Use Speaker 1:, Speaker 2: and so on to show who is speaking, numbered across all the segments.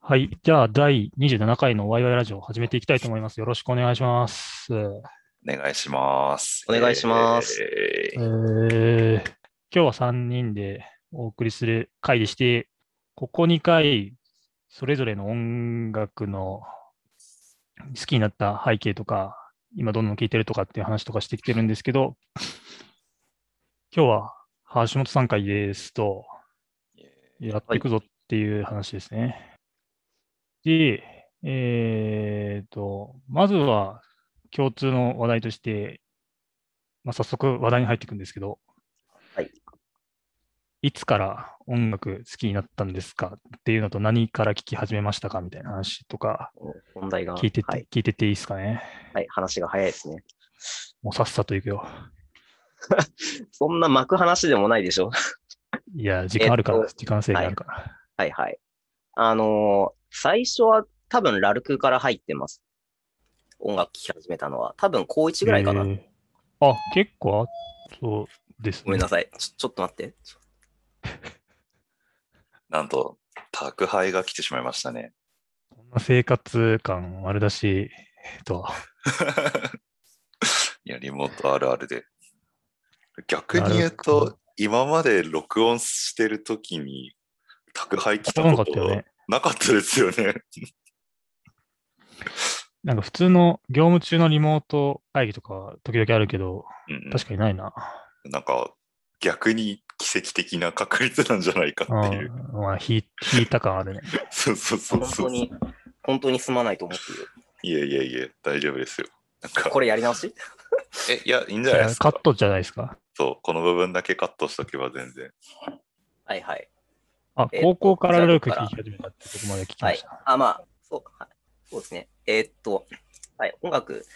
Speaker 1: はい。じゃあ、第27回のワイワイラジオを始めていきたいと思います。よろしくお願いします。
Speaker 2: お願いします。
Speaker 3: お願いします
Speaker 2: え
Speaker 1: え
Speaker 2: ー
Speaker 1: ー今日は3人でお送りする回でして、ここ2回、それぞれの音楽の好きになった背景とか、今どんどん聴いてるとかっていう話とかしてきてるんですけど、今日は橋本さん会ですと、やっていくぞっていう話ですね。で、えっと、まずは共通の話題として、まあ、早速話題に入っていくんですけど、
Speaker 3: はい。
Speaker 1: いつから音楽好きになったんですかっていうのと、何から聞き始めましたかみたいな話とか、
Speaker 3: 問題が、
Speaker 1: 聞いてて、
Speaker 3: はい、
Speaker 1: 聞いてていいですかね。
Speaker 3: はい、話が早いですね。
Speaker 1: もうさっさと行くよ。
Speaker 3: そんな巻く話でもないでしょ
Speaker 1: いや、時間あるから、
Speaker 3: えっと
Speaker 1: 時間制限あるから。
Speaker 3: はいはい。あのー最初は多分ラルクから入ってます。音楽聴き始めたのは。多分高1ぐらいかな。
Speaker 1: えーあ、結構後ですね。
Speaker 3: ごめんなさい。ちょちょっと待って。
Speaker 2: なんと、宅配が来てしまいましたね。
Speaker 1: こんな生活感丸出しとは。
Speaker 2: いや、リモートあるあるで。逆に言うと、今まで録音してるときに、宅配来た
Speaker 1: なか
Speaker 2: こ
Speaker 1: った
Speaker 2: と
Speaker 1: よ
Speaker 2: は
Speaker 1: ね。
Speaker 2: なかったですよね。
Speaker 1: なんか普通の業務中のリモート会議とかは時々あるけど、
Speaker 2: うん
Speaker 1: 確かにないな。
Speaker 2: なんか、逆に奇跡的な確率なんじゃないか
Speaker 1: うん
Speaker 2: っていう。
Speaker 1: まあ、引引いた感あるね。
Speaker 2: そうそうそう
Speaker 3: 本
Speaker 2: そ
Speaker 3: 当
Speaker 2: う。い
Speaker 3: に、本当にすまないと思っている。
Speaker 2: えいえいえ、大丈夫ですよ。なんか、
Speaker 3: これやり直し
Speaker 2: え、いや、いいん じゃないです
Speaker 1: カ
Speaker 2: か
Speaker 1: ッ。トじゃないですか。
Speaker 2: そう、この部分だけカットしとけば全然。
Speaker 3: はいはい。
Speaker 1: あ、
Speaker 3: えっと
Speaker 1: 高校からルーク
Speaker 3: じゃあ
Speaker 1: 聞き始めたってとこまで聞き
Speaker 3: は
Speaker 1: ま
Speaker 3: い
Speaker 1: した。。
Speaker 3: あ、まあ、そう、はいそうですね。えーっと、はい、音楽。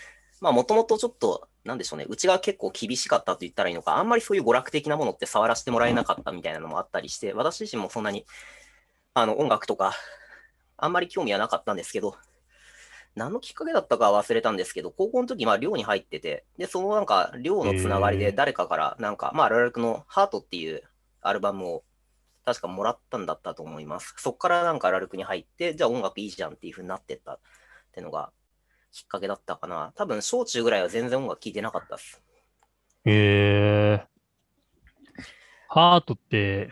Speaker 3: まあ、もともとちょっと、なんでしょうね。うちが結構厳しかったと言ったらいいのか、あんまりそういう娯楽的なものって触らせてもらえなかったみたいなのもあったりして、私自身もそんなに、あの、音楽とか、あんまり興味はなかったんですけど、何のきっかけだったかは忘れたんですけど、高校の時、まあ、寮に入ってて、で、そのなんか、寮のつながり
Speaker 1: へ
Speaker 3: で
Speaker 1: ー
Speaker 3: 誰かから、なんか、まあ、ラルクのハートっていうアルバムを、確かもらったんだったと思います。そっからなんかラルクに入って、じゃあ音楽いいじゃんっていう風になってったってのがきっかけだったかな。多分、小中ぐらいは全然音楽聴いてなかったっす。
Speaker 1: えー、ハートって、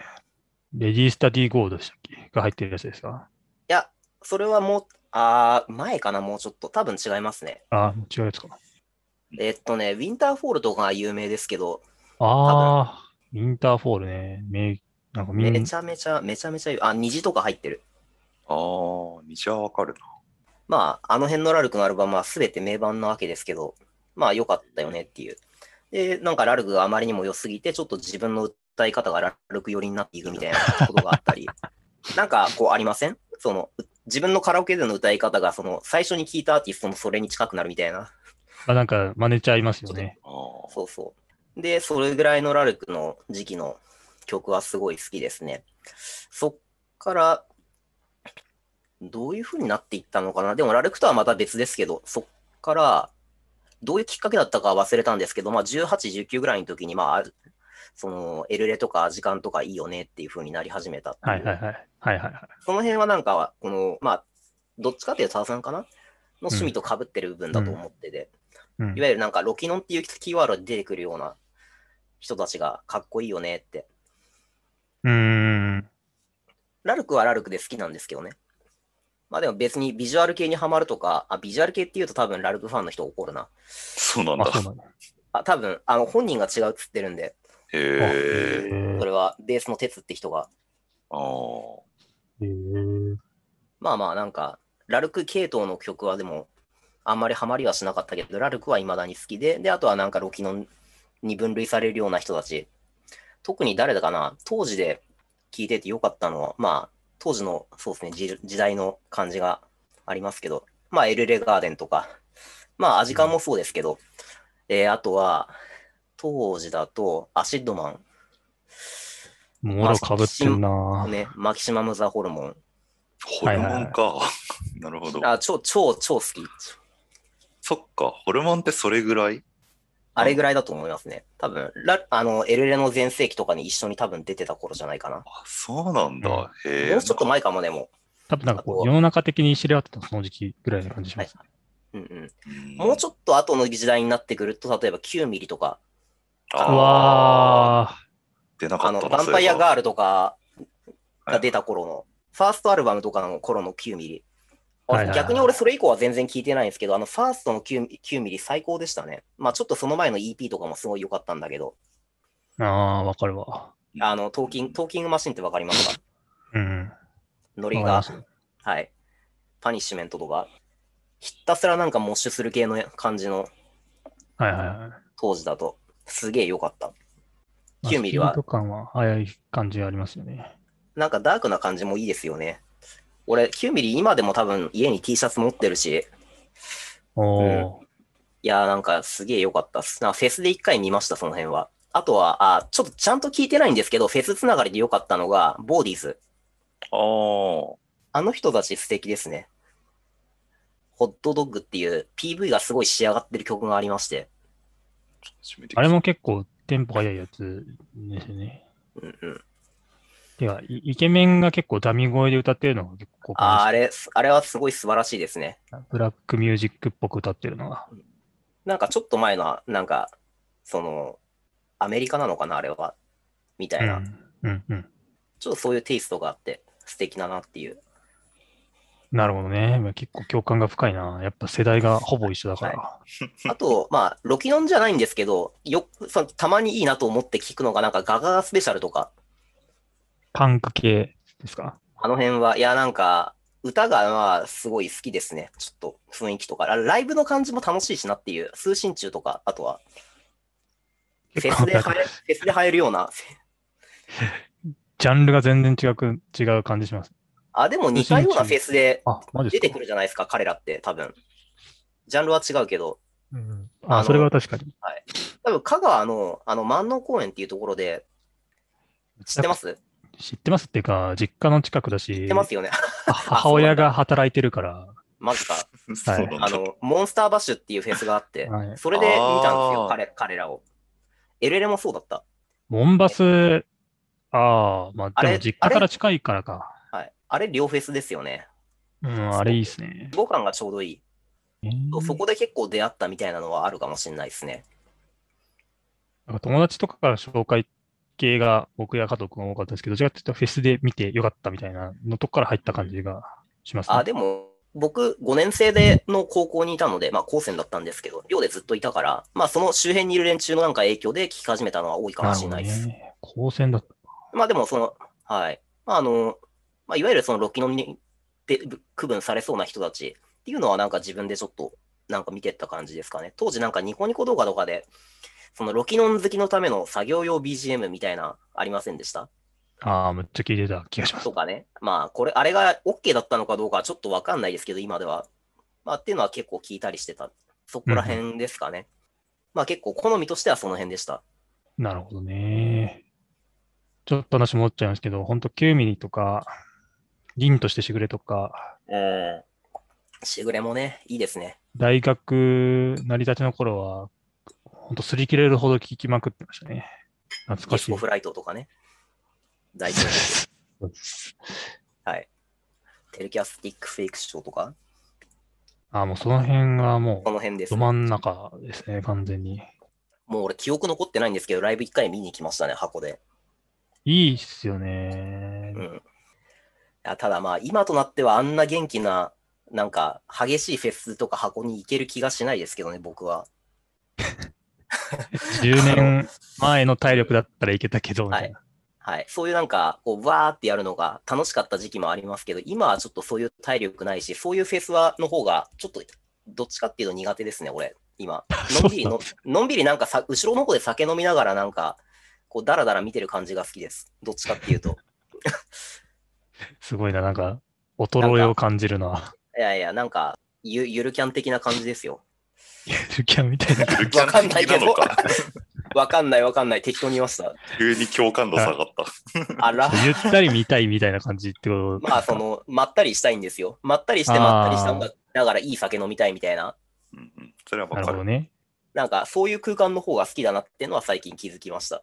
Speaker 1: レディースタディーゴールドでしたっけが入ってるやつですか
Speaker 3: いや、それはもう、あー前かな、もうちょっと。多分違いますね。
Speaker 1: あ、違うやつかな。
Speaker 3: えっとね、ウィンターフォールとかが有名ですけど、
Speaker 1: あー、ウィンターフォールね。めなんかみん
Speaker 3: めちゃめちゃ、めちゃめちゃ、あ、虹とか入ってる。
Speaker 2: ああ、虹はわかるな。
Speaker 3: まあ、あの辺のラルクのアルバムは全て名盤なわけですけど、まあ、良かったよねっていう。で、なんかラルクがあまりにも良すぎて、ちょっと自分の歌い方がラルク寄りになっていくみたいなことがあったり、なんかこうありませんその、う自分のカラオケでの歌い方が、その、最初に聴いたアーティストのそれに近くなるみたいな。
Speaker 1: あなんか真似ちゃいますよね。
Speaker 2: あー
Speaker 3: そうそう。で、それぐらいのラルクの時期の曲はすごい好きですね。そっから、どういう風になっていったのかな。でも、ラルクとはまた別ですけど、そっから、どういうきっかけだったかは忘れたんですけど、まあ、18、19ぐらいの時に、まあ、その、エルレとかアジカンとかいいよねっていう風になり始めたっていう
Speaker 1: はいはいはい。はいはいはい。
Speaker 3: その辺はなんか、この、まあ、どっちかっていうと、ターさんかなの趣味と被ってる部分だと思ってて、
Speaker 1: うん
Speaker 3: いわゆるなんかロキノンっていうキーワードで出てくるような人たちがかっこいいよねって。
Speaker 1: うーん。
Speaker 3: ラルクはラルクで好きなんですけどね。まあでも別にビジュアル系にはまるとか、あ、ビジュアル系っていうと多分ラルクファンの人怒るな。
Speaker 2: そうなんだ
Speaker 1: あ、。そうなんだ。
Speaker 3: あ、多分、あの本人が違うっつってるんで、
Speaker 1: あ
Speaker 2: へえ。
Speaker 3: それはベースの鉄って人が。
Speaker 2: あー
Speaker 1: へー
Speaker 3: まあまあなんか、ラルク系統の曲はでも、あんまりハマりはしなかったけど、ラルクは未だに好きで、で、あとはなんかロキノンに分類されるような人たち。特に誰だかな、当時で聴いててよかったのは、まあ、当時の、そうですね、時時代の感じがありますけど、まあ、エルレガーデンとか、まあ、アジカンもそうですけど、えーあとは、当時だと、アシッドマ
Speaker 1: もろかぶってんな
Speaker 3: ン、。ね、マキシマム・ザ・ホルモン、
Speaker 2: ホルモンか。 なるほど。
Speaker 3: あ、超、超、超好き。
Speaker 2: そっか、ホルモンってそれぐらい
Speaker 3: あれぐらいだと思いますね。多分、ラあの、エルレの全盛期とかに一緒に多分出てた頃じゃないかな。
Speaker 2: あそうなんだ。
Speaker 1: うん
Speaker 2: へえ。
Speaker 3: もうちょっと前かもね、もう。
Speaker 1: 多分なんか
Speaker 3: あ
Speaker 1: ことう、世の中的に知り合ってたその時期ぐらいな感じします。
Speaker 3: うんうん、
Speaker 2: ん
Speaker 3: もうちょっと後の時代になってくると、例えば9ミリとか、
Speaker 1: う
Speaker 2: あー。
Speaker 1: わ
Speaker 2: 出なか
Speaker 3: あ
Speaker 2: っ
Speaker 3: の、
Speaker 2: た
Speaker 3: ヴァンパイアガールとか
Speaker 2: が
Speaker 3: が出た頃の、ファーストアルバムとかの頃の9ミリ。
Speaker 1: はいはいはい
Speaker 3: 逆に俺それ以降は全然聞いてないんですけど、あの、ファーストの9 9ミリ最高でしたね。まあちょっとその前の EP とかもすごい良かったんだけど、
Speaker 1: ー、あー、わかるわ。
Speaker 3: あの、トーキング、トーキングマシンってわかりますか
Speaker 1: うん。
Speaker 3: ノリ
Speaker 1: わかり
Speaker 3: が
Speaker 1: ま、す
Speaker 3: はい。パニッシュメントとか、ひたすらなんかモッシュする系の感じの
Speaker 1: はいはいはい。
Speaker 3: 当時だと、すげえ良かった。
Speaker 1: まあ
Speaker 3: 9ミリは
Speaker 1: スピード感は速い感じありますよね。
Speaker 3: なんかダークな感じもいいですよね。俺、9ミリ今でも多分家に T シャツ持ってるし、
Speaker 1: おー、
Speaker 3: いやーなんかすげえ良かったっす。なんかフェスで一回見ました、その辺は。あとは、あ、ちょっとちゃんと聞いてないんですけど、フェスつながりで良かったのが、ボーディーズ。
Speaker 2: あー
Speaker 3: あの人たち素敵ですね。ホットドッグっていう PV がすごい仕上がってる曲がありまして。
Speaker 2: 初めて聞いた
Speaker 1: あれ も結構テンポ速いやつですよね。
Speaker 3: うんうん、
Speaker 1: てか、イイケメンが結構ダミ声で歌ってるのが結構好
Speaker 3: あ
Speaker 1: 感
Speaker 3: あれ、あれはすごい素晴らしいですね。
Speaker 1: でしたブラックミュージックっぽく歌ってるのが。
Speaker 3: なんかちょっと前の、なんか、その、アメリカなのかな、あれは。みた
Speaker 1: う
Speaker 3: いな。
Speaker 1: ん、うん、うん。
Speaker 3: ちょっとそういうテイストがあって、素敵だなっていう。
Speaker 1: なるほどね。まあ結構共感が深いな。やっぱ世代がほぼ一緒だから。
Speaker 3: あと、 まあ、ロキノンじゃないんですけど、よそのたまにいいなと思って聞くのが、なんかガガガスペシャルとか、
Speaker 1: パンク系ですか
Speaker 3: あの辺は、いや、なんか、歌がまあ、すごい好きですね。ちょっと雰囲気とか、あライブの感じも楽しいしなっていう、通信中とか、あとは、フェスで流行
Speaker 1: 結構
Speaker 3: フェスで流行るような。
Speaker 1: ジャンルが全然違く違う感じします。
Speaker 3: あ、でも似たようなフェスで
Speaker 1: あ、マジ
Speaker 3: 出
Speaker 1: で
Speaker 3: て
Speaker 1: す
Speaker 3: く
Speaker 1: か、
Speaker 3: るじゃないですか、彼らって、多分。ジャンルは違うけど、
Speaker 1: うん、
Speaker 3: あ
Speaker 1: あ
Speaker 3: の
Speaker 1: それは確かに。
Speaker 3: 多分香川の、あの、万能公園っていうところで、知ってます
Speaker 1: 知ってますっていうか、実家の近くだし、
Speaker 3: 知ってますよね。
Speaker 1: あ母親が働いてるから、
Speaker 3: マジか。
Speaker 2: そうなんだ
Speaker 3: あの、モンスターバッシュっていうフェスがあって、
Speaker 1: はい
Speaker 3: それで見たんです
Speaker 2: あ
Speaker 3: よ
Speaker 2: ー、
Speaker 3: 彼彼らを。LL もそうだった。
Speaker 1: モンバス、ああ、まあ
Speaker 3: あ
Speaker 1: で
Speaker 3: れ
Speaker 1: も実家から近いからか。
Speaker 3: はい。あれ、両フェスですよね。
Speaker 1: うん、あれいいですね。
Speaker 3: 規模感がちょうどいい。
Speaker 1: うん
Speaker 3: そこで結構出会ったみたいなのはあるかもしれないですね。
Speaker 1: なんか友達とかから紹介系が僕や家族が多かったですけど、どちらかというとフェスで見てよかったみたいなのとこから入った感じがしますね。
Speaker 3: あ、でも、僕、5年生での高校にいたので、まあ、高専だったんですけど、寮でずっといたから、まあ、その周辺にいる連中のなんか影響で聞き始めたのは多いかもしれないです。
Speaker 1: ね。高専だった。
Speaker 3: まあでも、その、はい。まああの、まあ、いわゆるそのロキノンにでぶ区分されそうな人たちっていうのはなんか自分でちょっとなんか見てった感じですかね。当時なんかニコニコ動画とかで、そのロキノン好きのための作業用 BGM みたいなありませんでした
Speaker 1: ああ、めっちゃ聞いてた気がします
Speaker 3: と。かね。まあこれ、あれが OK だったのかどうかはちょっとわかんないですけど、今では。まあっていうのは結構聞いたりしてた。そこら辺ですかね。まあ結構好みとしてはその辺でした。
Speaker 1: なるほどね。ちょっと話戻っちゃいますけど、本当9ミリとか、銀としてしぐれとか、
Speaker 3: うん。しぐれもね、いいですね。
Speaker 1: 大学成り立ちの頃は、本当擦り切れるほど聞きまくってましたね。懐
Speaker 3: デ
Speaker 1: か
Speaker 3: ィ
Speaker 1: し
Speaker 3: ス
Speaker 1: い
Speaker 3: コ。フライトとかね。大丈夫です。
Speaker 1: そうです
Speaker 3: はい。テレキャスティックフェイクショーとか、
Speaker 1: ああ、もうその辺がも
Speaker 3: この辺で
Speaker 1: う、
Speaker 3: す。
Speaker 1: ど
Speaker 3: も
Speaker 1: 真ん中ですね、完全に。
Speaker 3: う俺、記憶残ってないんですけど、ライブ一回見に行きましたね、箱で。
Speaker 1: いいっすよね
Speaker 3: う。ん。いやただまあ、今となってはあんな元気な、なんか、激しいフェスとか箱に行ける気がしないですけどね、僕は。
Speaker 1: 10年前の体力だったらいけたけど、みたいな。
Speaker 3: はい。そういうなんか、こう、わーってやるのが楽しかった時期もありますけど、今はちょっとそういう体力ないし、そういうフェスは、の方が、ちょっと、どっちかっていうと苦手ですね、俺、今。のんびり の、のんびりなんかさ、後ろの方で酒飲みながらなんか、こう、だらだら見てる感じが好きです。どっちかっていうと。
Speaker 1: すごいな、なんか、衰えを感じるな。
Speaker 3: いやいや、なんか、ゆ、ゆるキャン的な感じですよ。
Speaker 1: ルキャンみたいな。
Speaker 2: ゆるキャン
Speaker 3: わかんないけど
Speaker 2: なのか
Speaker 3: わかんないわかんない、適当に言いました。
Speaker 2: 急に共感度下がった。
Speaker 3: あら。
Speaker 1: ゆったり見たいみたいな感じってこと
Speaker 3: まあ、その、まったりしたいんですよ。まったりして、まったりした音楽だからいい酒飲みたいみたいな。
Speaker 2: うんうんそれは
Speaker 1: な
Speaker 2: わ
Speaker 1: る
Speaker 2: か
Speaker 1: ほ
Speaker 2: る
Speaker 1: ど。ね。
Speaker 3: なんかそういう空間の方が好きだなっていうのは最近気づきました。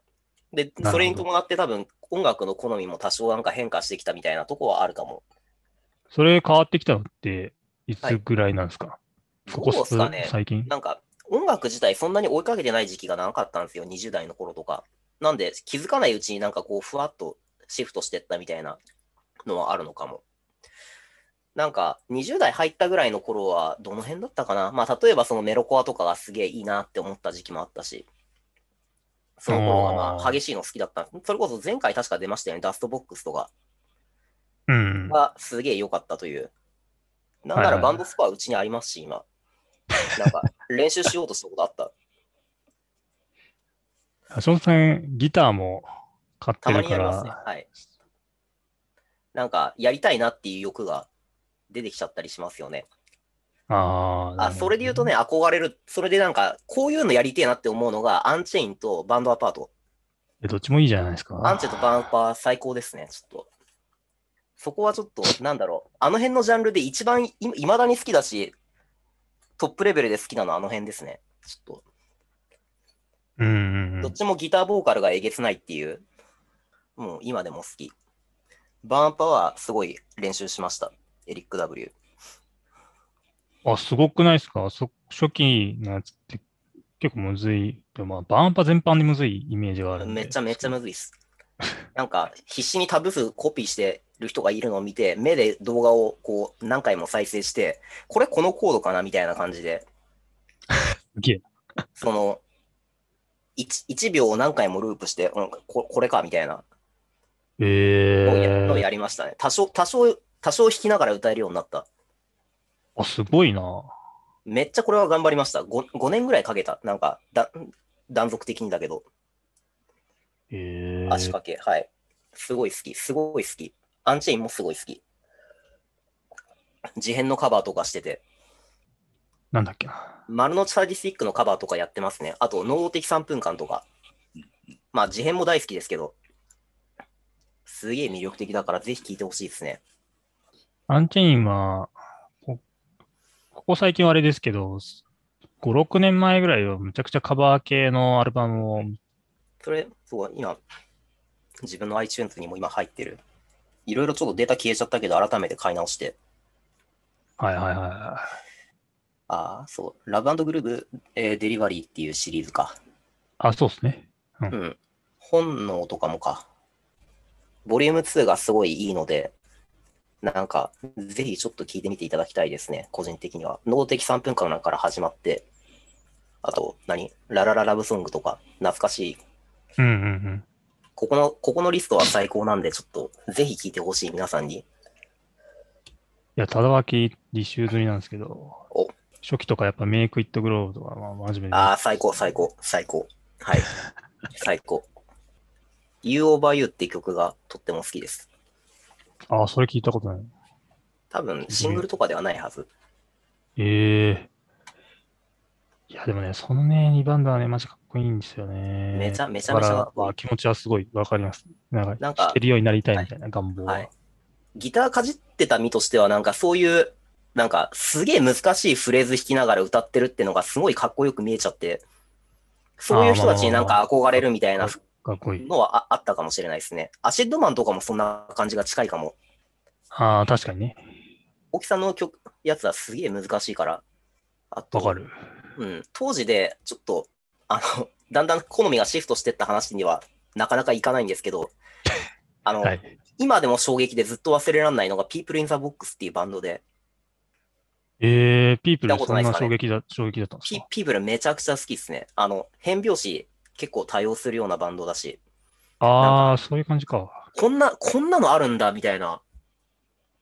Speaker 3: で
Speaker 1: ほ、ど
Speaker 3: それに伴って多分音楽の好みも多少なんか変化してきたみたいなとこはあるかも。
Speaker 1: それ変わってきたのって、いつぐらいなんですか、ここ
Speaker 3: どうですかね
Speaker 1: 最近。
Speaker 3: なんか、音楽自体そんなに追いかけてない時期が長かったんですよ、20代の頃とか。なんで、気づかないうちになんかこう、ふわっとシフトしてったみたいなのはあるのかも。なんか、20代入ったぐらいの頃は、どの辺だったかなまあ、例えばそのメロコアとかがすげえいいなって思った時期もあったし、その頃はま
Speaker 1: あ
Speaker 3: あ、
Speaker 1: ー
Speaker 3: 激しいの好きだった。それこそ前回確か出ましたよね、ダストボックスとか。
Speaker 1: うん。
Speaker 3: がすげえ良かったという。なん
Speaker 1: は
Speaker 3: な
Speaker 1: い
Speaker 3: ら
Speaker 1: はい
Speaker 3: バンドスコアうちにありますし、今。なんか練習しようとしたことあった。
Speaker 1: 橋本さん、ギターも買ったて
Speaker 3: ま
Speaker 1: る
Speaker 3: に
Speaker 1: か
Speaker 3: やりますね
Speaker 1: ら、。
Speaker 3: はい。なんかやりたいなっていう欲が出てきちゃったりしますよね。
Speaker 1: ああ
Speaker 3: あ、それで言うとね、憧れる。それでなんか、こういうのやりてえなって思うのが、アンチェインとバンドアパート。
Speaker 1: え、どっちもいいじゃないですか。
Speaker 3: アンチェとバンパー最高ですね、ちょっと。そこはちょっと、なんだろう。あの辺のジャンルで一番いいまだに好きだし、トップレベルで好きなのはあの辺ですね。ちょっと。
Speaker 1: うんうんう
Speaker 3: どっ
Speaker 1: ん。
Speaker 3: ちもギターボーカルがえげつないっていう、もう今でも好き。バーンアッパーはすごい練習しました。エリック W。
Speaker 1: あ、すごくないですかそ初期のやつって結構むずい。でもまあ、バンパ全般にむずいイメージがあるんで。
Speaker 3: めちゃめちゃむずいっす。なんか必死にタブ数コピーしてる人がいるのを見て、目で動画をこう何回も再生して、これこのコードかなみたいな感じで、
Speaker 1: げえ
Speaker 3: その 1, 1秒を何回もループして、うんここれかみたいなのをや,、
Speaker 1: え
Speaker 3: や
Speaker 1: ー、
Speaker 3: りましたね。多少、多少、多少弾きながら歌えるようになった。
Speaker 1: あ、すごいな。
Speaker 3: めっちゃこれは頑張りました。5, 5年ぐらいかけた。なんかだ、断続的にだけど、
Speaker 1: えー、
Speaker 3: 足掛け。はい。すごい好き。すごい好き。アンチェインもすごい好き。事変のカバーとかしてて、
Speaker 1: なんだっけな。
Speaker 3: 丸のチャージスティックのカバーとかやってますね。あと、能動的3分間とか。まあ、事変も大好きですけど、すげえ魅力的だから、ぜひ聴いてほしいですね。
Speaker 1: アンチェインは、こここ最近はあれですけど、5、6年前ぐらいはむちゃくちゃカバー系のアルバムを、
Speaker 3: それ、そう、今、自分の iTunes にも今入ってる。いろいろちょっとデータ消えちゃったけど、改めて買い直して。
Speaker 1: はいはいは
Speaker 3: ああ、そう。ラブグルーブ、えーデリバリーっていうシリーズか。
Speaker 1: い。あ、そうですね。
Speaker 3: うん。本能とかもか。ボリューム2がすごいいいので、なんか、ぜひちょっと聞いてみていただきたいですね。個人的には。能動的3分間から始まって、あと何、ララララブソングとか、懐かしい。
Speaker 1: うんうんうん。
Speaker 3: ここの、ここのリストは最高なんで、ちょっと、ぜひ聞いてほしい、皆さんに。
Speaker 1: いや、ただわき履修済みなんですけど
Speaker 3: お、
Speaker 1: 初期とかやっぱメイクイットグローブとか、まあ、真面目に。
Speaker 3: ああ、最高、最高、最高。はい。最高。You Over You って曲がとっても好きです。
Speaker 1: あーそれ聞いたことない。
Speaker 3: 多分シングルとかではないはず。
Speaker 1: ええいや、でもね、そのね、2バンドはね、マジかっこいいんですよね。
Speaker 3: めちゃめちゃめちゃ
Speaker 1: だ
Speaker 3: かっ
Speaker 1: か
Speaker 3: こ
Speaker 1: ら、
Speaker 3: いい
Speaker 1: まあ気持ちはすごいわかります。なん
Speaker 3: な
Speaker 1: か、
Speaker 3: んか
Speaker 1: 知ってるようになりたいみたいな願望は。
Speaker 3: はい。ギターかじってた身としては、なんかそういう、なんかすげえ難しいフレーズ弾きながら歌ってるってのがすごいかっこよく見えちゃって、そういう人たちになんか憧れるみたいな
Speaker 1: かっこいい。
Speaker 3: のはああったかもしれないですね。アシッドマンとかもそんな感じが近いかも。
Speaker 1: ああ、確かにね。
Speaker 3: 大木さんの曲、やつはすげえ難しいから。あと
Speaker 1: わかる。
Speaker 3: うん、当時でちょっとあのだんだん好みがシフトしてった話にはなかなかいかないんですけどあの、
Speaker 1: はい。
Speaker 3: 今でも衝撃でずっと忘れられないのが People in the Box っていうバンドで、
Speaker 1: えー、ピープ
Speaker 3: 聞いた
Speaker 1: ル
Speaker 3: こと
Speaker 1: そ
Speaker 3: ない
Speaker 1: ん
Speaker 3: で
Speaker 1: な
Speaker 3: すか
Speaker 1: 衝
Speaker 3: ね
Speaker 1: 撃だ、衝撃だったんです
Speaker 3: P-
Speaker 1: か
Speaker 3: People めちゃくちゃ好きですね。あの、変拍子結構多用するようなバンドだし、
Speaker 1: ああ、そういう感じか。
Speaker 3: こんな、こんなのあるんだみたいなっ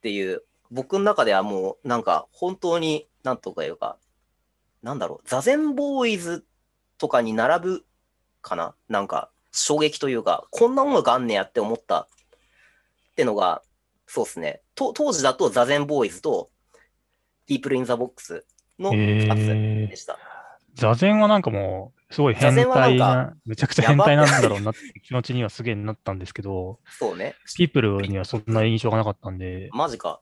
Speaker 3: ていう、僕の中ではもうなんか本当になんとかいうか、なんだろう、座禅ボーイズとかに並ぶかななんか衝撃というか、こんな音楽あんねやって思ったってのが、そうですね。と当時だと座禅ボーイズとディープルインザボックスの2つでした。
Speaker 1: 座禅はなんかもう、すごい変態
Speaker 3: 座禅
Speaker 1: な、
Speaker 3: は
Speaker 1: めちゃくちゃ変態なんだろうなって気持ちにはすげえなったんですけど、
Speaker 3: そうね。
Speaker 1: ピープルにはそんな印象がなかったんで、
Speaker 3: マジか。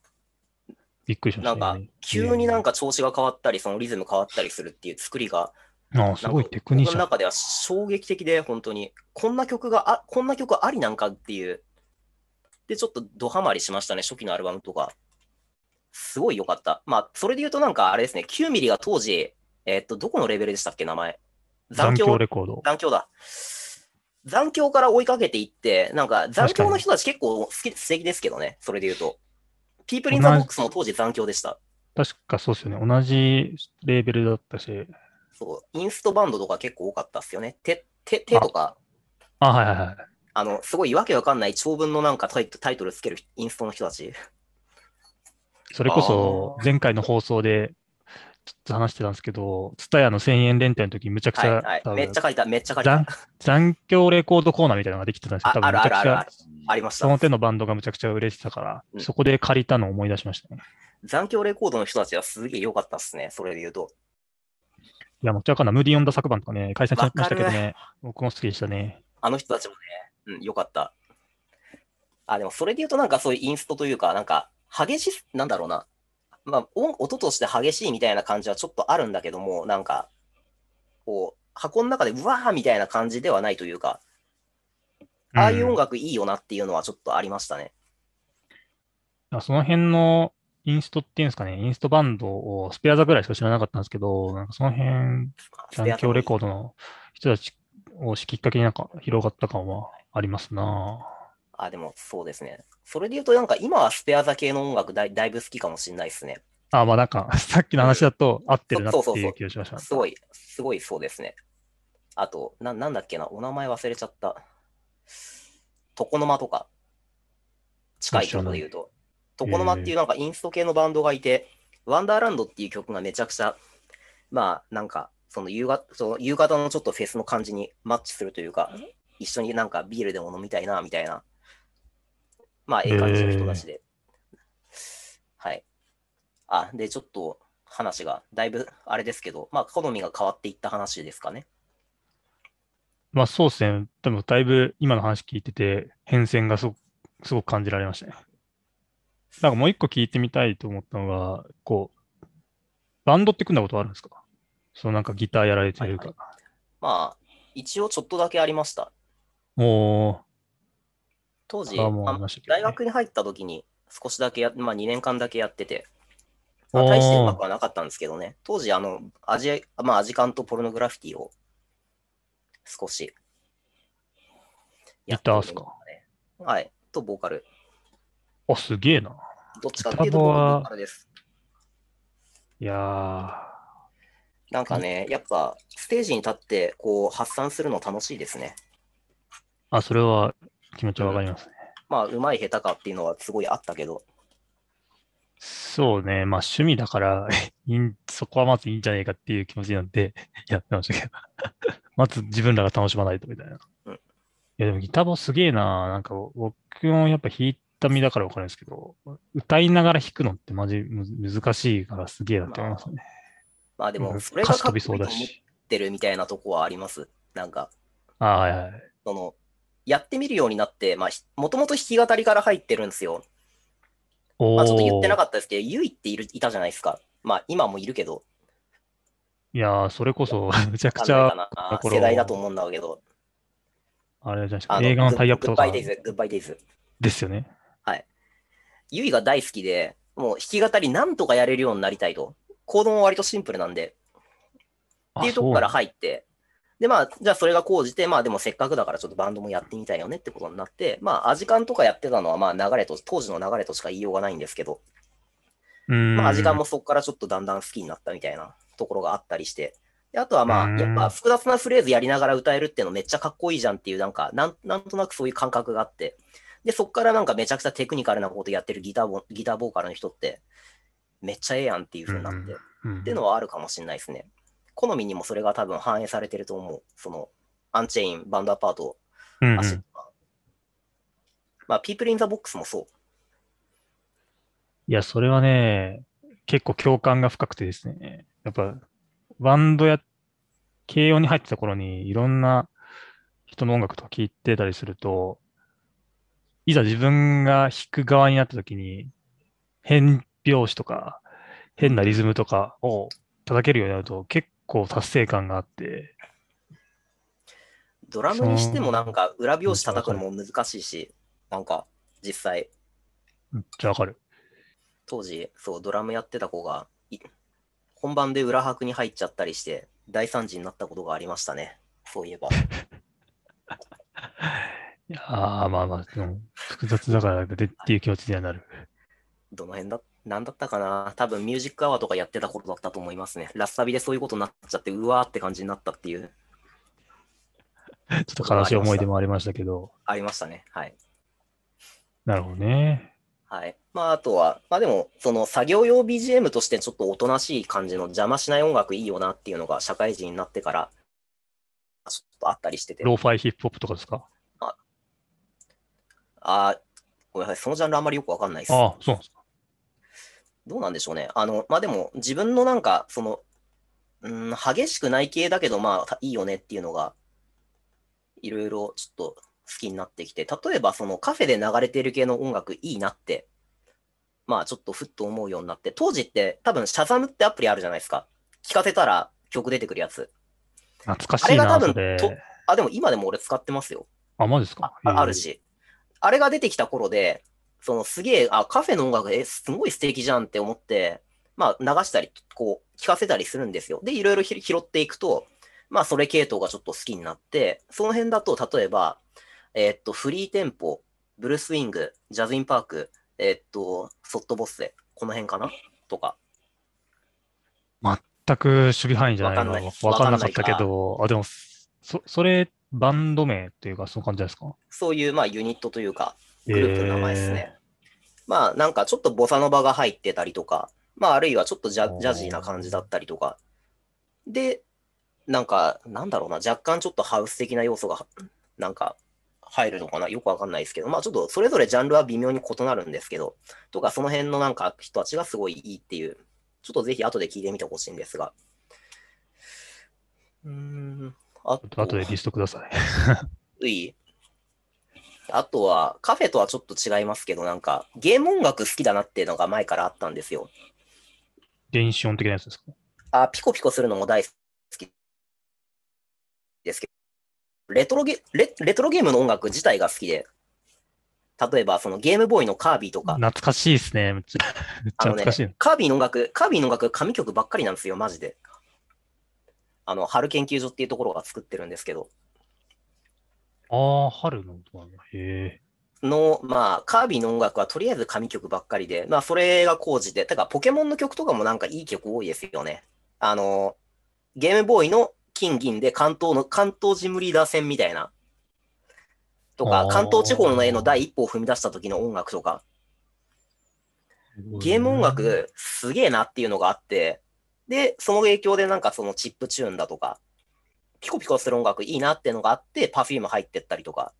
Speaker 1: びっくりしま
Speaker 3: な
Speaker 1: し
Speaker 3: ん
Speaker 1: た
Speaker 3: か
Speaker 1: ね。、
Speaker 3: 急になん
Speaker 1: か。
Speaker 3: か調子が変わったり、そのリズム変わったりするっていう作りが、
Speaker 1: ああ、すごいテクニシ
Speaker 3: 僕の
Speaker 1: ャン。
Speaker 3: 中では衝撃的で、本当に、こんな曲があ、こんな曲ありなんかっていう。で、ちょっとドハマりしましたね、初期のアルバムとか。すごい良かった。まあ、それで言うとなんかあれですね、9ミリが当時、えっと、どこのレベルでしたっけ、名前。
Speaker 1: 残響レコード。
Speaker 3: 残響だ。残響から追いかけていって、なんか残響の人たち結構好き素敵ですけどね、それで言うと。ピープリンザボックスも当時残響でした。
Speaker 1: 確かそうですよね。同じレーベルだったし。
Speaker 3: そう、インストバンドとか結構多かったっすよね。手、手、手とか、
Speaker 1: あ、はいはいはい。
Speaker 3: あの、すごいわけわかんない長文のなんかタイトタイトルつけるインストの人たち。
Speaker 1: それこそ前回の放送でちょっと話してたんですけど、ツタヤの1000円連帯の時むちゃくち
Speaker 3: はい
Speaker 1: ゃ、
Speaker 3: はい。
Speaker 1: 多
Speaker 3: めっ
Speaker 1: 分
Speaker 3: ちゃ書いた、めっちゃ書い
Speaker 1: 残
Speaker 3: た。
Speaker 1: 残響レコードコーナーみたいなのができてたんですよ。
Speaker 3: あ
Speaker 1: 多
Speaker 3: あ
Speaker 1: 分
Speaker 3: る
Speaker 1: むち
Speaker 3: あ
Speaker 1: ゃ
Speaker 3: る
Speaker 1: く
Speaker 3: あ
Speaker 1: ち
Speaker 3: るあ
Speaker 1: ゃ
Speaker 3: る。ありまし
Speaker 1: その
Speaker 3: た。
Speaker 1: 手のバンドがむちゃくちゃ売れてたから、
Speaker 3: うん
Speaker 1: そこで借りたのを思い出しましたね。
Speaker 3: 残響レコードの人たちはすげえ良かったっすね、それで言うと。
Speaker 1: いや、もうちゃかんな、ムーディオンダ昨晩とかね、解散しましたけど
Speaker 3: わか
Speaker 1: ね、僕も好きでしたね。
Speaker 3: あの人たちもね、うん、良かった。あ、でもそれで言うとなんかそういうインストというか、なんか激しい、なんだろうな。まあ音、音として激しいみたいな感じはちょっとあるんだけども、なんか、こう、箱の中でうわーみたいな感じではないというか、ああいう音
Speaker 1: 楽、
Speaker 3: 楽いいよなっていうのはちょっとありましたね。
Speaker 1: その辺のインストっていうんですかね、インストバンドをスペア座ぐらいしか知らなかったんですけど、なんかその辺、残響レコードの人たちをきっかけになんか広がった感はありますな
Speaker 3: あ、でもそうですね。それで言うと、なんか今はスペア座系の音楽だいだいぶ好きかもしれないですね。
Speaker 1: ああ、まあなんか、 さっきの話だと合ってるなっ
Speaker 3: そう
Speaker 1: て
Speaker 3: そうそ
Speaker 1: いう
Speaker 3: う
Speaker 1: 気がしました。
Speaker 3: すごい、すごいそうですね。あと、ななんだっけな、お名前忘れちゃった。床の間とか、近いところで言うと。
Speaker 1: 知らない
Speaker 3: 床の間っていうなんかインスト系のバンドがいて、ワンダーランドっていう曲がめちゃくちゃ、まあなんか、その夕方その夕方のちょっとフェスの感じにマッチするというか、一緒になんかビールでも飲みたいな、みたいな。まあ、ええ感じの人たちで。はい。あ、で、ちょっと話が、だいぶあれですけど、まあ、好みが変わっていった話ですかね。
Speaker 1: まあそうですね、でもだいぶ今の話聞いてて、変遷がすごすごく感じられましたね。なんかもう一個聞いてみたいと思ったのが、こう、バンドって組んだことあるんですかそのなんかギターやられてるか。
Speaker 3: はいまあ、一応ちょっとだけありました。
Speaker 1: お
Speaker 3: 当時、
Speaker 1: あもう
Speaker 3: まあ
Speaker 1: ありましたけどね
Speaker 3: 大学に入った時に少しだけや、まあ、2年間だけやってて、
Speaker 1: ー
Speaker 3: まあ、大してうまくはなかったんですけどね、当時、あの、アジア、まあ、アジカンとポルノグラフィティを少し
Speaker 1: ギ
Speaker 3: やっておりましたね。
Speaker 1: ターっ
Speaker 3: はい。と、ボーカル。
Speaker 1: お、あ、すげえな。
Speaker 3: どっちかってい
Speaker 1: ギ
Speaker 3: うと、
Speaker 1: ター
Speaker 3: ボ
Speaker 1: は
Speaker 3: ーカルです。
Speaker 1: いやー、
Speaker 3: なんかね、やっぱステージに立ってこう発散するの楽しいですね。
Speaker 1: あ、それは気持ちはわかりますね。
Speaker 3: まあ、うまい下手かっていうのはすごいあったけど、
Speaker 1: そうね、まあ趣味だから、 いんそこはまずいいんじゃねえかっていう気持ちになって やってましたけど、まず自分らが楽しまないとみたいな。
Speaker 3: うん
Speaker 1: いや、でもギターもすげえな、なんか僕もやっぱ弾いた身だからわかるんですけど、歌いながら弾くのってマジむ難しいからすげえなって思いますね。
Speaker 3: まあで
Speaker 1: う
Speaker 3: も
Speaker 1: ん
Speaker 3: それが
Speaker 1: 歌詞
Speaker 3: かっ
Speaker 1: 飛
Speaker 3: こい
Speaker 1: び
Speaker 3: いと
Speaker 1: そう
Speaker 3: 思
Speaker 1: だ
Speaker 3: っ
Speaker 1: し。
Speaker 3: てるみたいなとこはあります。なんか、
Speaker 1: ああ、はいはい。
Speaker 3: その、やってみるようになって、まあ、ひもともと弾き語りから入ってるんですよ。
Speaker 1: お
Speaker 3: まあ、ちょっと言ってな
Speaker 1: かっ
Speaker 3: かったですけど、ゆいっているいたじゃないですか。まあ、今もいるけど、
Speaker 1: た。いやー、それこそ、むちゃく
Speaker 3: わ
Speaker 1: ち
Speaker 3: かんないか
Speaker 1: ゃ、
Speaker 3: な
Speaker 1: だから
Speaker 3: 世代だと思うんだけど、
Speaker 1: あれじゃないです
Speaker 3: あ
Speaker 1: か、映画の
Speaker 3: グッ
Speaker 1: タイアップ
Speaker 3: グ
Speaker 1: と
Speaker 3: ッバ
Speaker 1: か
Speaker 3: イデイズ、グッバイデイズ。
Speaker 1: ですよね。
Speaker 3: ゆいが大好きで、もう弾き語りなんとかやれるようになりたいと。行動も割とシンプルなんで、っ
Speaker 1: あ
Speaker 3: ていうとこから入って、で、まあ、じゃあそれが講じて、まあでもせっかくだからちょっとバンドもやってみたいよねってことになって、まあ、アジカンとかやってたのは、まあ流れと、当時の流れとしか言いようがないんですけど、
Speaker 1: そうなんだうーん
Speaker 3: まあ、アジカンもそこからちょっとだんだん好きになったみたいなところがあったりして、であとはま
Speaker 1: う
Speaker 3: あ、
Speaker 1: ん
Speaker 3: やっぱ複雑なフレーズやりながら歌えるっていうのめっちゃかっこいいじゃんっていう、なんか、なんなんとなくそういう感覚があって、で、そこからなんかめちゃくちゃテクニカルなことやってるギターボギターボーカルの人って、めっちゃええやんっていう風になって、
Speaker 1: うんうん
Speaker 3: っていうのはあるかもしれないですね。好みにもそれが多分反映されてると思う。その、アンチェイン、バンドアパート、
Speaker 1: うんうん
Speaker 3: アシッドまあ、ピープルインザボックスもそう。
Speaker 1: いや、それはね、結構共感が深くてですね、やっぱバンドや、軽音に入ってた頃にいろんな人の音楽とか聴いてたりすると、いざ自分が弾く側になった時に、変拍子とか、変なリズムとかを叩けるようになると、結構達成感があって、
Speaker 3: ドラムにしてもなんか裏拍子叩くのも難しいし、なんか実際、
Speaker 1: めっちゃわかる。
Speaker 3: 当時、そう、ドラムやってた子が、い本番で裏拍に入っちゃったりして、大惨事になったことがありましたね。そういえば。
Speaker 1: いやーまあまあ、でも複雑だからでっていう気持ちにはなる。
Speaker 3: どの辺だ、なんだったかな多分ミュージックアワーとかやってた頃だったと思いますね。ラッサビでそういうことになっちゃって、うわーって感じになったっていう、
Speaker 1: ちょっと悲しい思い出もありましたけど、
Speaker 3: ありましたね。はい。
Speaker 1: なるほどね。
Speaker 3: はい。まあ、あとは、まあでも、その作業用 BGM としてちょっとおとなしい感じの邪魔しない音楽いいよなっていうのが社会人になってから、ちょっとあったりしてて。
Speaker 1: ローファイヒップホップとかですか
Speaker 3: あーごめんなさい。そのジャンルあんまりよくわかんないです。
Speaker 1: ああ、そうなんですか。
Speaker 3: どうなんでしょうね。あの、まあでも、自分のなんか、その、うん、激しくない系だけど、まあ、たいいよねっていうのが、いろいろちょっと好きになってきて、例えば、そのカフェで流れてる系の音楽いいなって、まあ、ちょっとふっと思うようになって、当時って多分、シャザムってアプリあるじゃないですか。聞かせたら曲出てくるやつ。
Speaker 1: 懐か
Speaker 3: あ
Speaker 1: しい
Speaker 3: れが
Speaker 1: な、
Speaker 3: 多分
Speaker 1: そ
Speaker 3: と
Speaker 1: れ。
Speaker 3: あ、でも今でも俺使ってますよ。
Speaker 1: あ、まじですか
Speaker 3: あある。し、あれが出てきた頃で、そのすげえ、あ、カフェの音楽、え、すごい素敵じゃんって思って、まあ流したり、こう、聞かせたりするんですよ。で、いろいろひ拾っていくと、まあそれ系統がちょっと好きになって、その辺だと、例えば、えーっと、フリーテンポ、ブルースウィング、ジャズインパーク、えーっと、ソットボッセ、この辺かなとか。
Speaker 1: 全く守備範囲じゃないの
Speaker 3: わかんない
Speaker 1: わかんなかったけど、あ、でも、そそれ、バンド名っていうか、その感じですか
Speaker 3: そういう、まあ、ユニットというか、
Speaker 1: え
Speaker 3: グループの名前ですね。まあ、なんかちょっとボサノバが入ってたりとか、まあ、あるいはちょっとジ
Speaker 1: お
Speaker 3: ャ
Speaker 1: ー
Speaker 3: ジャジーな感じだったりとか。で、なんか、なんだろうな、若干ちょっとハウス的な要素が、なんか、入るのかなよくわかんないですけど、まあちょっとそれぞれジャンルは微妙に異なるんですけど、とかその辺のなんか人たちがすごいいいっていう、ちょっとぜひ後で聞いてみてほしいんですが。うーん、あ
Speaker 1: ー後でリストください。
Speaker 3: いいあとは、カフェとはちょっと違いますけど、なんか、ゲーム音楽好きだなっていうのが前からあったんですよ。
Speaker 1: 電子音的なやつですか
Speaker 3: あ、ピコピコするのも大好きですけど、レトロゲレレトロゲームの音楽自体が好きで、例えば、そのゲームボーイのカービィとか、
Speaker 1: 懐かしいですね。めっちゃめっちゃ
Speaker 3: あの
Speaker 1: 懐
Speaker 3: ね
Speaker 1: かしいな。、
Speaker 3: カービィの音楽、カービィの音楽、神曲ばっかりなんですよ、マジで。あの、春研究所っていうところが作ってるんですけど、
Speaker 1: ああ、春の音なんだ。へえ。
Speaker 3: の、まあ、カービィの音楽はとりあえず神曲ばっかりで、まあ、それが工事で、だからポケモンの曲とかもなんかいい曲多いですよね。あの、ゲームボーイの金銀で関東の、関東ジムリーダー戦みたいな。と
Speaker 1: あ
Speaker 3: か、
Speaker 1: ー
Speaker 3: 関東地方の絵の第一歩を踏み出した時の音楽とか、ゲーム音楽すげえなっていうのがあって、で、その影響でなんかそのチップチューンだとか、ピコピコする音楽いいなっていうのがあって、パフューム入ってったりとか、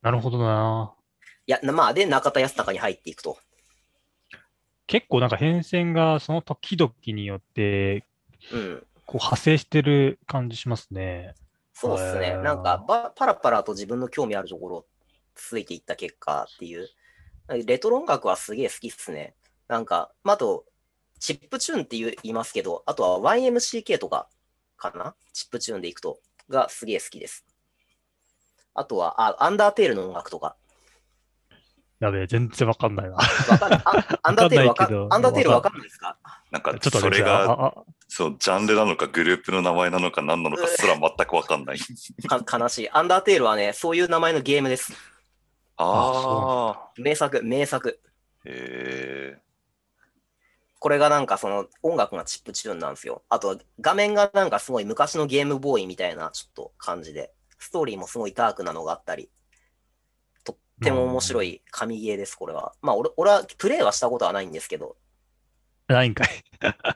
Speaker 1: なるほどな。
Speaker 3: いや、まあ、で、中田康隆に入っていくと。
Speaker 1: 結構なんか変遷がその時々によって、
Speaker 3: うん。
Speaker 1: こう派生してる感じしますね。
Speaker 3: そうです
Speaker 1: へ
Speaker 3: ね。
Speaker 1: ー
Speaker 3: なんかば、パラパラと自分の興味あるところをついていった結果っていう。レトロ音楽はすげえ好きっすね。なんか、まああと、チップチューンって言う言いますけど、あとは YMCK とかかなチップチューンでいくと、がすげえ好きです。あとは、あ、アンダーテールの音楽とか。
Speaker 1: やべえ、全然わかん ないな。
Speaker 3: わかんない。あアンダーテールわか
Speaker 1: わかんないけ
Speaker 3: ん、
Speaker 1: ど
Speaker 3: アンダーテールわかんないですか
Speaker 2: なんか
Speaker 1: ちょっと
Speaker 2: そ
Speaker 1: 待っ
Speaker 2: れ
Speaker 1: てください
Speaker 2: が
Speaker 1: ああ
Speaker 2: そうジャンルなのかグループの名前なのか何なのかすら全く分かんない。
Speaker 3: か悲しい。アンダーテールはね、そういう名前のゲームです。
Speaker 2: ああ。
Speaker 3: 名作、名作。
Speaker 2: へえ。
Speaker 3: これがなんかその音楽がチップチューンなんですよ。あと画面がなんかすごい昔のゲームボーイみたいなちょっと感じで、ストーリーもすごいダークなのがあったり、とっても面白い神ゲーです、これは。まあ俺俺はプレイはしたことはないんですけど、
Speaker 1: ないんかい。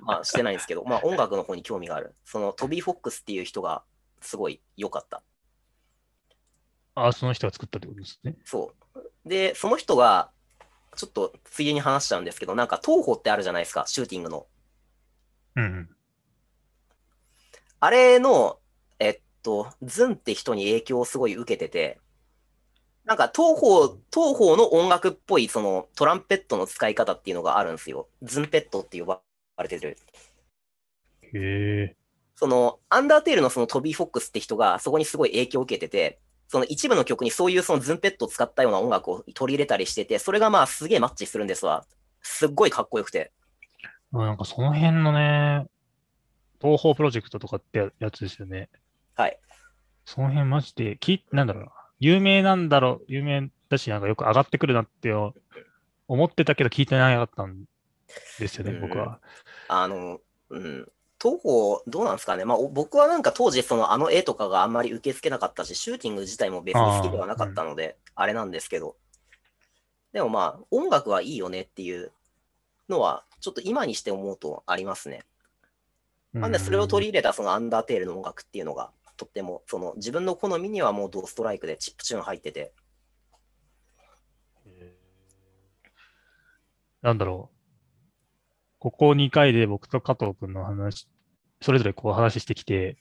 Speaker 3: まあしてないんですけど、まあ音楽の方に興味がある。そのトビー・フォックスっていう人がすごい良かった。
Speaker 1: あ、その人が作ったってことですね。
Speaker 3: そう。で、その人が、ちょっとついでに話しちゃうんですけど、なんか東宝ってあるじゃないですか、シューティングの。
Speaker 1: うんうん。
Speaker 3: あれの、えっと、ズンって人に影響をすごい受けてて、なんか東方、東方の音楽っぽいそのトランペットの使い方っていうのがあるんですよ。ズンペットって呼ばれてる。
Speaker 1: へえ。
Speaker 3: その、アンダーテールのそのトビー・フォックスって人がそこにすごい影響を受けてて、その一部の曲にそういうそのズンペットを使ったような音楽を取り入れたりしてて、それがまあすげえマッチするんですわ。すっごいかっこよくて。
Speaker 1: なんかその辺のね、東方プロジェクトとかってややつですよね。
Speaker 3: はい。
Speaker 1: その辺マジで、きなんだろうな、有名なんだろう、有名だし、なんかよく上がってくるなってよ思ってたけど、聞いてなかったんですよね、僕は。
Speaker 3: あの、うん。東方、どうなんですかね。まあ、お僕はなんか当時、そのあの絵とかがあんまり受け付けなかったし、シューティング自体も別に好きではなかったので、あ,、れなんですけど。でもまあ、音楽はいいよねっていうのは、ちょっと今にして思うとありますね。なんで、それを取り入れたそのアンダーテールの音楽っていうのが、とっても、その自分の好みにはもうドストライクでチップチューン入ってて、
Speaker 1: なんだろう。ここ2回で僕と加藤君の話、それぞれこう話してきて、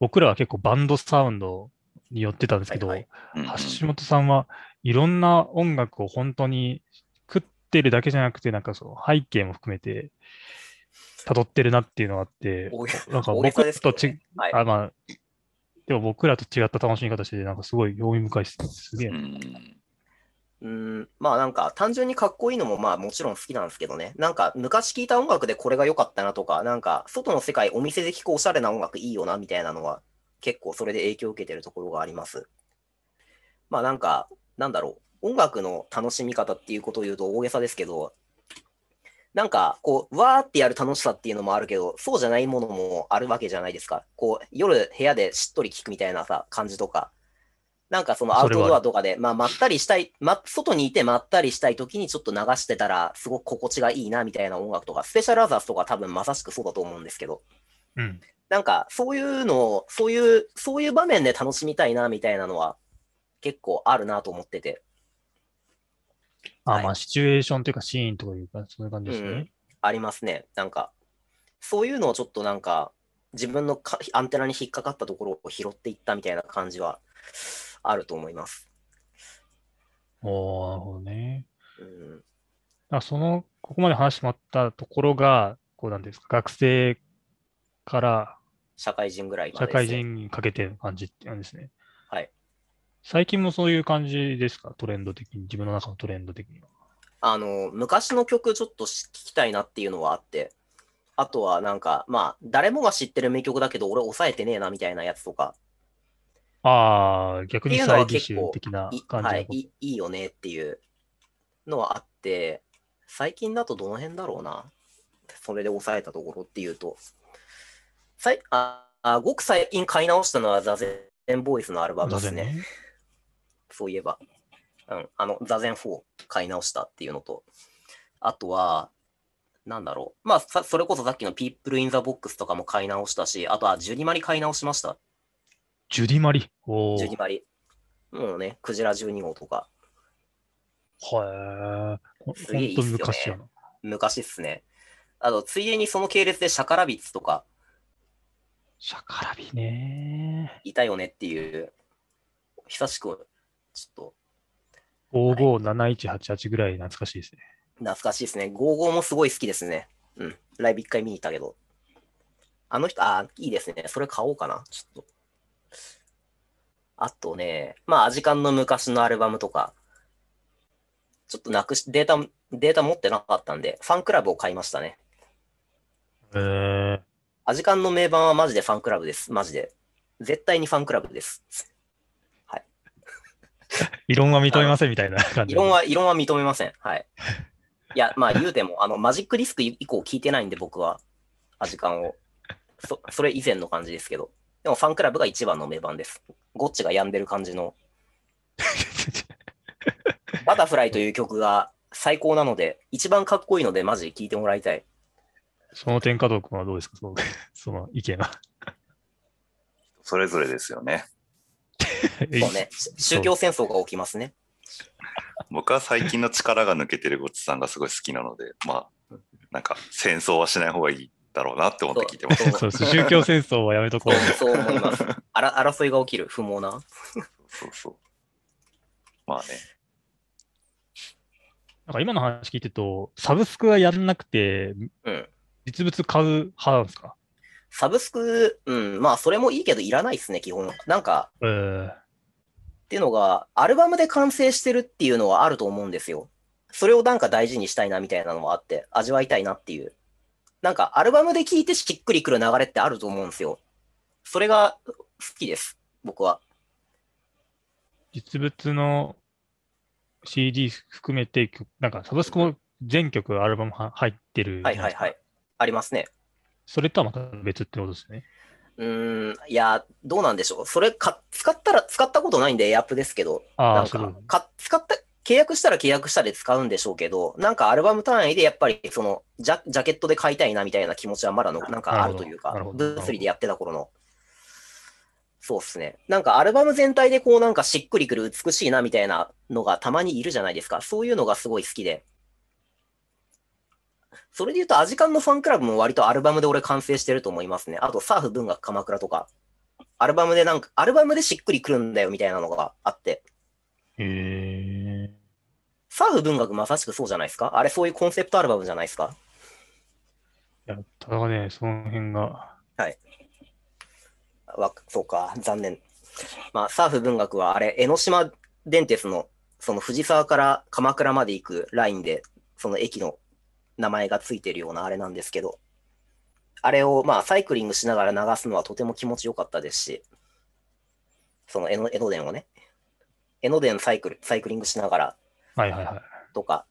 Speaker 1: 僕らは結構バンドサウンドに寄ってたんですけど、
Speaker 3: はいはい
Speaker 2: うん
Speaker 1: 橋本さんはいろんな音楽を本当に食ってるだけじゃなくて、なんかその背景も含めて辿ってるなっていうのがあって、
Speaker 3: 大げ
Speaker 1: なんか
Speaker 3: 大げさです
Speaker 1: 僕
Speaker 3: け
Speaker 1: と
Speaker 3: ど
Speaker 1: ち、
Speaker 3: はい。
Speaker 1: あ、まあ、でも僕らと違った楽しみ方してて、なんかすごい興味深いです。すげえ
Speaker 2: う。ん
Speaker 3: うーん、まあなんか単純にかっこいいのもまあもちろん好きなんですけどね。なんか昔聞いた音楽でこれが良かったなとか、なんか外の世界お店で聞くおしゃれな音楽いいよなみたいなのは結構それで影響を受けてるところがあります。まあなんか、なんだろう。音楽の楽しみ方っていうことを言うと大げさですけど、なんかこう、わーってやる楽しさっていうのもあるけど、そうじゃないものもあるわけじゃないですか。こう、夜部屋でしっとり聞くみたいなさ、感じとか。なんかそのアウトドアとかで、まあ、まったりしたい、ま、外にいてまったりしたい時にちょっと流してたら、すごく心地がいいなみたいな音楽とか、スペシャルアザーズとか多分まさしくそうだと思うんですけど、
Speaker 1: うん。
Speaker 3: なんかそういうのを、そういう、そういう場面で楽しみたいなみたいなのは結構あるなと思ってて、
Speaker 1: あ、
Speaker 3: はい
Speaker 1: まあ、シチュエーションというかシーンとかいうか、そういう感じですよ
Speaker 3: う
Speaker 1: ね
Speaker 3: ん。ありますね。なんか、そういうのをちょっとなんか、自分のかアンテナに引っかかったところを拾っていったみたいな感じはあると思います。
Speaker 1: おー、なるほどね。
Speaker 3: うん、
Speaker 1: あその、ここまで話してもらったところが、こうなんていうんですか、学生から
Speaker 3: 社会人ぐらいま
Speaker 1: 社
Speaker 3: でですね、
Speaker 1: 会人にかけての感じってなんですね。
Speaker 3: はい。
Speaker 1: 最近もそういう感じですか、トレンド的に、自分の中のトレンド的には。
Speaker 3: あの、昔の曲ちょっとし聞きたいなっていうのはあって、あとはなんか、まあ、誰もが知ってる名曲だけど、俺抑えてねえなみたいなやつとか、
Speaker 1: ああ、逆
Speaker 3: っ
Speaker 1: に
Speaker 3: ていうのは
Speaker 1: 再履
Speaker 3: 結構
Speaker 1: 修的ない感じ
Speaker 3: は
Speaker 1: の
Speaker 3: い
Speaker 1: こと
Speaker 3: いい、いいよねっていうのはあって、最近だとどの辺だろうな。それで抑えたところっていうと、さいああごく最近買い直したのはザゼンボーイズのアルバムで
Speaker 1: 座
Speaker 3: す
Speaker 1: 禅
Speaker 3: ね。
Speaker 1: ね。
Speaker 3: そういえば。うん、あの、座禅4買い直したっていうのと、あとは、なんだろう。まあ、さそれこそさっきの People in the Box とかも買い直したし、あとはジュニマリ買い直しました。
Speaker 1: ジュディマリ。おお。
Speaker 3: ジュニマリ。もうね、クジラ12号とか、
Speaker 1: はえ。ほ
Speaker 3: すげえいいっ
Speaker 1: ん
Speaker 3: す
Speaker 1: と
Speaker 3: よね
Speaker 1: 昔やな。
Speaker 3: 昔っすね。あと、ついでにその系列でシャカラビッツとか
Speaker 1: シャカラビね。
Speaker 3: いたよねっていう、久しく、ちょっと、
Speaker 1: 557188ぐらい懐かしいですね。
Speaker 3: 懐かしいですね。55もすごい好きですね。うん。ライブ一回見に行ったけど。あの人、あ、いいですね。それ買おうかな。ちょっと。あとね、まあ、アジカンの昔のアルバムとか、ちょっとなくし、データ、データ持ってなかったんで、ファンクラブを買いましたね。
Speaker 1: えー、
Speaker 3: アジカンの名盤はマジでファンクラブです。マジで。絶対にファンクラブです。
Speaker 1: 異論は認めませんみたいな感
Speaker 3: 異
Speaker 1: じ。
Speaker 3: 論は、異論は認めません。はい。いや、まあ言うても、あの、マジックリスク以降聞いてないんで、僕は、アジカンを。そ、それ以前の感じですけど。でも、ファンクラブが一番の名盤です。ゴッチが病んでる感じの。バタフライという曲が最高なので、一番かっこいいので、マジ聞いてもらいたい。
Speaker 1: その点、加藤君はどうですかそ のその意見は。
Speaker 2: それぞれですよね。
Speaker 1: そう
Speaker 3: そうね。し宗教戦争が起きますね。
Speaker 2: 僕は最近の力が抜けてるごちさんがすごい好きなので、まあ、なんか戦争はしない方がいいだろうなって思って聞いてます。
Speaker 3: そ う
Speaker 1: そうです。宗教戦争はやめとこ
Speaker 3: そうう。そう思います。 あら争いが起きる、不毛な。
Speaker 2: そうそう。まあね。
Speaker 1: なんか今の話聞いてると、サブスクはやんなくて、
Speaker 3: うん
Speaker 1: 実物買う派なんですか
Speaker 3: サブスク、うん、まあ、それもいいけど、いらないですね、基本。なんか、
Speaker 1: えー、
Speaker 3: っていうのが、アルバムで完成してるっていうのはあると思うんですよ。それをなんか大事にしたいなみたいなのもあって、味わいたいなっていう。なんかアルバムで聴いてしっくりくる流れってあると思うんですよ。それが好きです、僕は。
Speaker 1: 実物の CD 含めて、曲なんかサブスクも全曲アルバムは入ってる。。
Speaker 3: はいはいはいい。ありますね。
Speaker 1: それとはまた別ってことですね。
Speaker 3: うーん、いや、どうなんでしょう。それか、使ったら、使ったことないんで、エアップですけど、
Speaker 1: あ
Speaker 3: な
Speaker 1: あ、
Speaker 3: ん
Speaker 1: そ
Speaker 3: か
Speaker 1: う。
Speaker 3: か、使った、契約したら契約したで使うんでしょうけど、なんかアルバム単位でやっぱりそのジャ、ジャケットで買いたいなみたいな気持ちはまだの、なんかあるというか
Speaker 1: なるほ、どなるほど
Speaker 3: 物理でやってた頃の。そうっすね。なんかアルバム全体でこうなんかしっくりくる美しいなみたいなのがたまにいるじゃないですか。そういうのがすごい好きで。それで言うと、アジカンのファンクラブも割とアルバムで俺完成してると思いますね。あと、サーフ文学鎌倉とか。アルバムでなんか、アルバムでしっくりくるんだよみたいなのがあって。
Speaker 1: へえ。
Speaker 3: サーフ文学まさしくそうじゃないですかあれそういうコンセプトアルバムじゃないですか
Speaker 1: いや、ただね、その辺が。
Speaker 3: わそうか、残念。まあ、サーフ文学はあれ、江ノ島電鉄の、その藤沢から鎌倉まで行くラインで、その駅の名前がついてるようなあれなんですけど、あれをまあ、サイクリングしながら流すのはとても気持ちよかったですし、その江ノ江ノ電をね、江ノ電サイクル、サイクリングしながら
Speaker 1: はいはいはい。
Speaker 3: とか、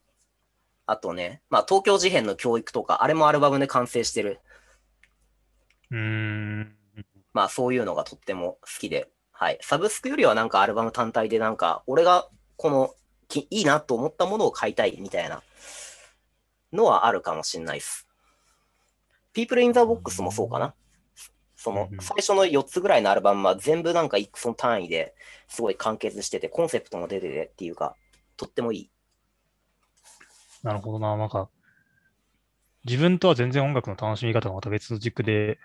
Speaker 3: あとね、まあ、東京事変の教育とか、あれもアルバムで完成してる、
Speaker 1: うーん。
Speaker 3: まあ、そういうのがとっても好きで、はい。サブスクよりはなんかアルバム単体でなんか、俺がこのきいいなと思ったものを買いたいみたいなのはあるかもしんないです。People in the Box もそうかな。その
Speaker 1: うんうん
Speaker 3: 最初の4つぐらいのアルバムは全部なんか一個の単位ですごい完結してて、コンセプトも出ててっていうか、とってもいい。
Speaker 1: なるほどな。なんか、自分とは全然音楽の楽しみ方がまた別の軸で、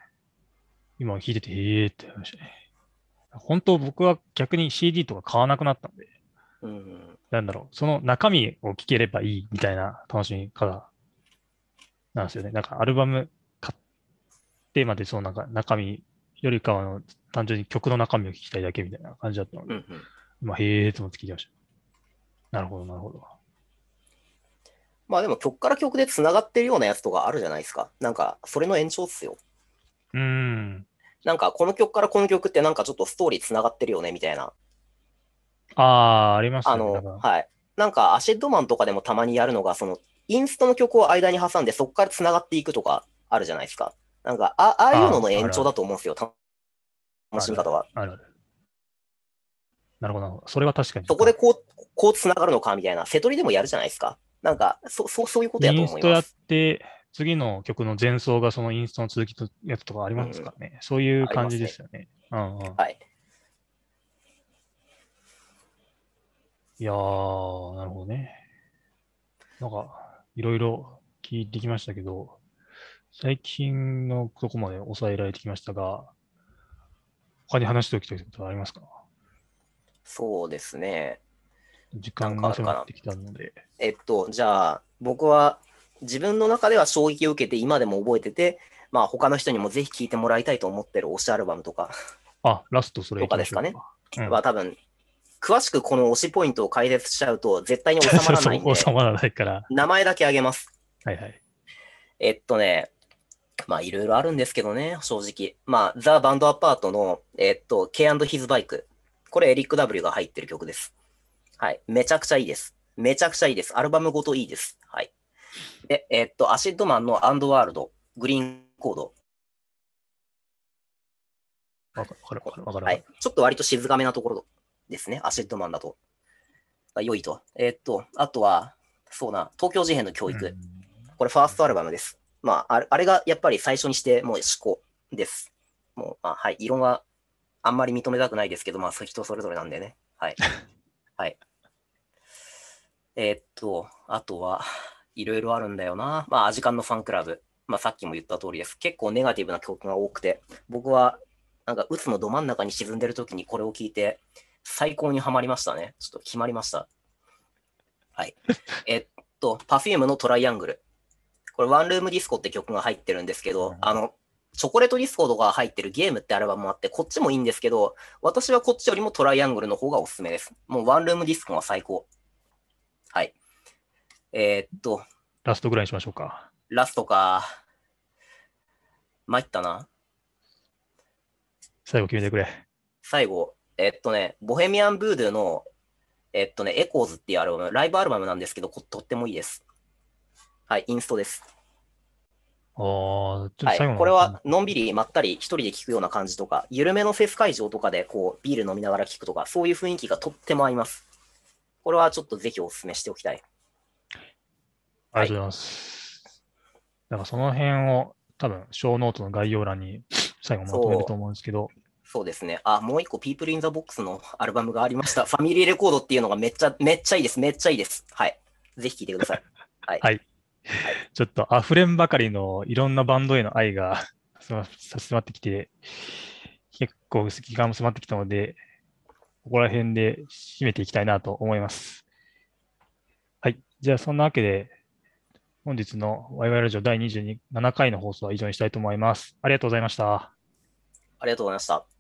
Speaker 1: 今聴いてて、へえって思いましたね。本当僕は逆に CD とか買わなくなったんで、
Speaker 3: うん
Speaker 1: なんだろう、その中身を聴ければいいみたいな楽しみ方なんですよね。なんかアルバム買ってまで、そうなんか中身よりかはあの、単純に曲の中身を聴きたいだけみたいな感じだったの
Speaker 3: うんう
Speaker 1: で、
Speaker 3: ん
Speaker 1: まあ、へえと思って聴いてました。なるほど、なるほど。
Speaker 3: まあでも曲から曲でつながってるようなやつとかあるじゃないですか。なんか、それの延長っすよ。
Speaker 1: うーん。
Speaker 3: なんか、この曲からこの曲ってなんかちょっとストーリーつながってるよね、みたいな。
Speaker 1: ああ、あります
Speaker 3: あ
Speaker 1: ね。なん
Speaker 3: の、
Speaker 1: か
Speaker 3: はい。なんか、アシェッドマンとかでもたまにやるのが、その、インストの曲を間に挟んで、そこからつながっていくとか、あるじゃないですか。なんか、あああいうのの延長だと思うんですよ、楽しみ方は。
Speaker 1: あるある。なるほど、なるほど。それは確かに。
Speaker 3: そこでこう、こうつながるのか、みたいな。瀬取りでもやるじゃないですか。なんか、そそうそういうことやと
Speaker 1: イン
Speaker 3: 思
Speaker 1: ス
Speaker 3: い
Speaker 1: トや
Speaker 3: ま
Speaker 1: っ
Speaker 3: す。
Speaker 1: て、次の曲の前奏がそのインストの続きのやつとかありますからね。そういう感じですよね。うんうん。
Speaker 3: はい。
Speaker 1: いやー、なるほどね。なんか、いろいろ聞いてきましたけど、最近のとこまで抑えられてきましたが、他に話しておきたいことはありますか
Speaker 3: そうですね。
Speaker 1: 時間が迫ってきたので。
Speaker 3: えっと、じゃあ、僕は自分の中では衝撃を受けて今でも覚えてて、まあ他の人にもぜひ聴いてもらいたいと思ってる推しアルバムとか
Speaker 1: あ、ラストそれ行きましょう
Speaker 3: と
Speaker 1: うん
Speaker 3: は多分、詳しくこの推しポイントを解説しちゃうと絶対に収ま
Speaker 1: そう
Speaker 3: ら
Speaker 1: そ
Speaker 3: ないんで
Speaker 1: う、、収まらないから。
Speaker 3: 名前だけあげます。
Speaker 1: はいはい。
Speaker 3: えっとね、まあいろいろあるんですけどね、正直。まあ、ザ・バンド・アパートの、えっと、K&His Bike。これエリック・ W が入ってる曲です。はい。めちゃくちゃいいです。めちゃくちゃいいです。アルバムごといいです。はい。で、えっと、アシッドマンのアンドワールド、グリーンコード。
Speaker 1: わかわかるわかるわかる。
Speaker 3: はい。ちょっと割と静かめなところですね。アシッドマンだと。あ良いと。えっと、あとは、そうな、東京事変の教育。これファーストアルバムです。まあ、あれあれがやっぱり最初にして、もう思考です。もう、まあ、はい、異論はあんまり認めたくないですけど、まあ、そう人それぞれなんでね。はい。はい。えーっと、あとは、いろいろあるんだよな。まあ、アジカンのファンクラブ。まあ、さっきも言った通りです。結構ネガティブな曲が多くて、僕は、なんか、鬱のど真ん中に沈んでる時にこれを聞いて、最高にはまりましたね。ちょっと決まりました。はい。えーっと、Perfume のトライアングル。これ、ワンルームディスコって曲が入ってるんですけど、あの、チョコレートディスコとか入ってるゲームってアルバムもあって、こっちもいいんですけど、私はこっちよりもトライアングルの方がおすすめです。もうワンルームディスコは最高。はい。えーっと、
Speaker 1: ラストぐらいにしましょうか。
Speaker 3: ラストか。参ったな。
Speaker 1: 最後決めてくれ。
Speaker 3: 最後、えっとね、ボヘミアン・ブードゥの、えっとね、エコーズっていうアルバム、ライブアルバムなんですけど、ことってもいいです。はい、インストです。
Speaker 1: ああ、ちょっと
Speaker 3: は
Speaker 1: 最後の、
Speaker 3: い、これはのんびりまったり一人で聞くような感じとか、緩めのフェス会場とかでこうビール飲みながら聞くとか、そういう雰囲気がとっても合います。これはちょっとぜひお勧めしておきたい。
Speaker 1: ありがとうございます。だからその辺を多分、小ノートの概要欄に最後まとめると思うんですけど、
Speaker 3: そうですね。あ、もう一個、People in the Box のアルバムがあり ました。ファミリーレコードっていうのがめっちゃ、めっちゃいいです。めっちゃいいです。はい。ぜひ聴いてください。
Speaker 1: ちょっと溢れんばかりのいろんなバンドへの愛が 迫迫ってきて、結構時間も迫ってきたので、ここら辺で締めていきたいなと思います。はい。じゃあ、そんなわけで、本日のワイワイラジオ第27回の放送は以上にしたいと思います。ありがとうございました。
Speaker 3: ありがとうございました。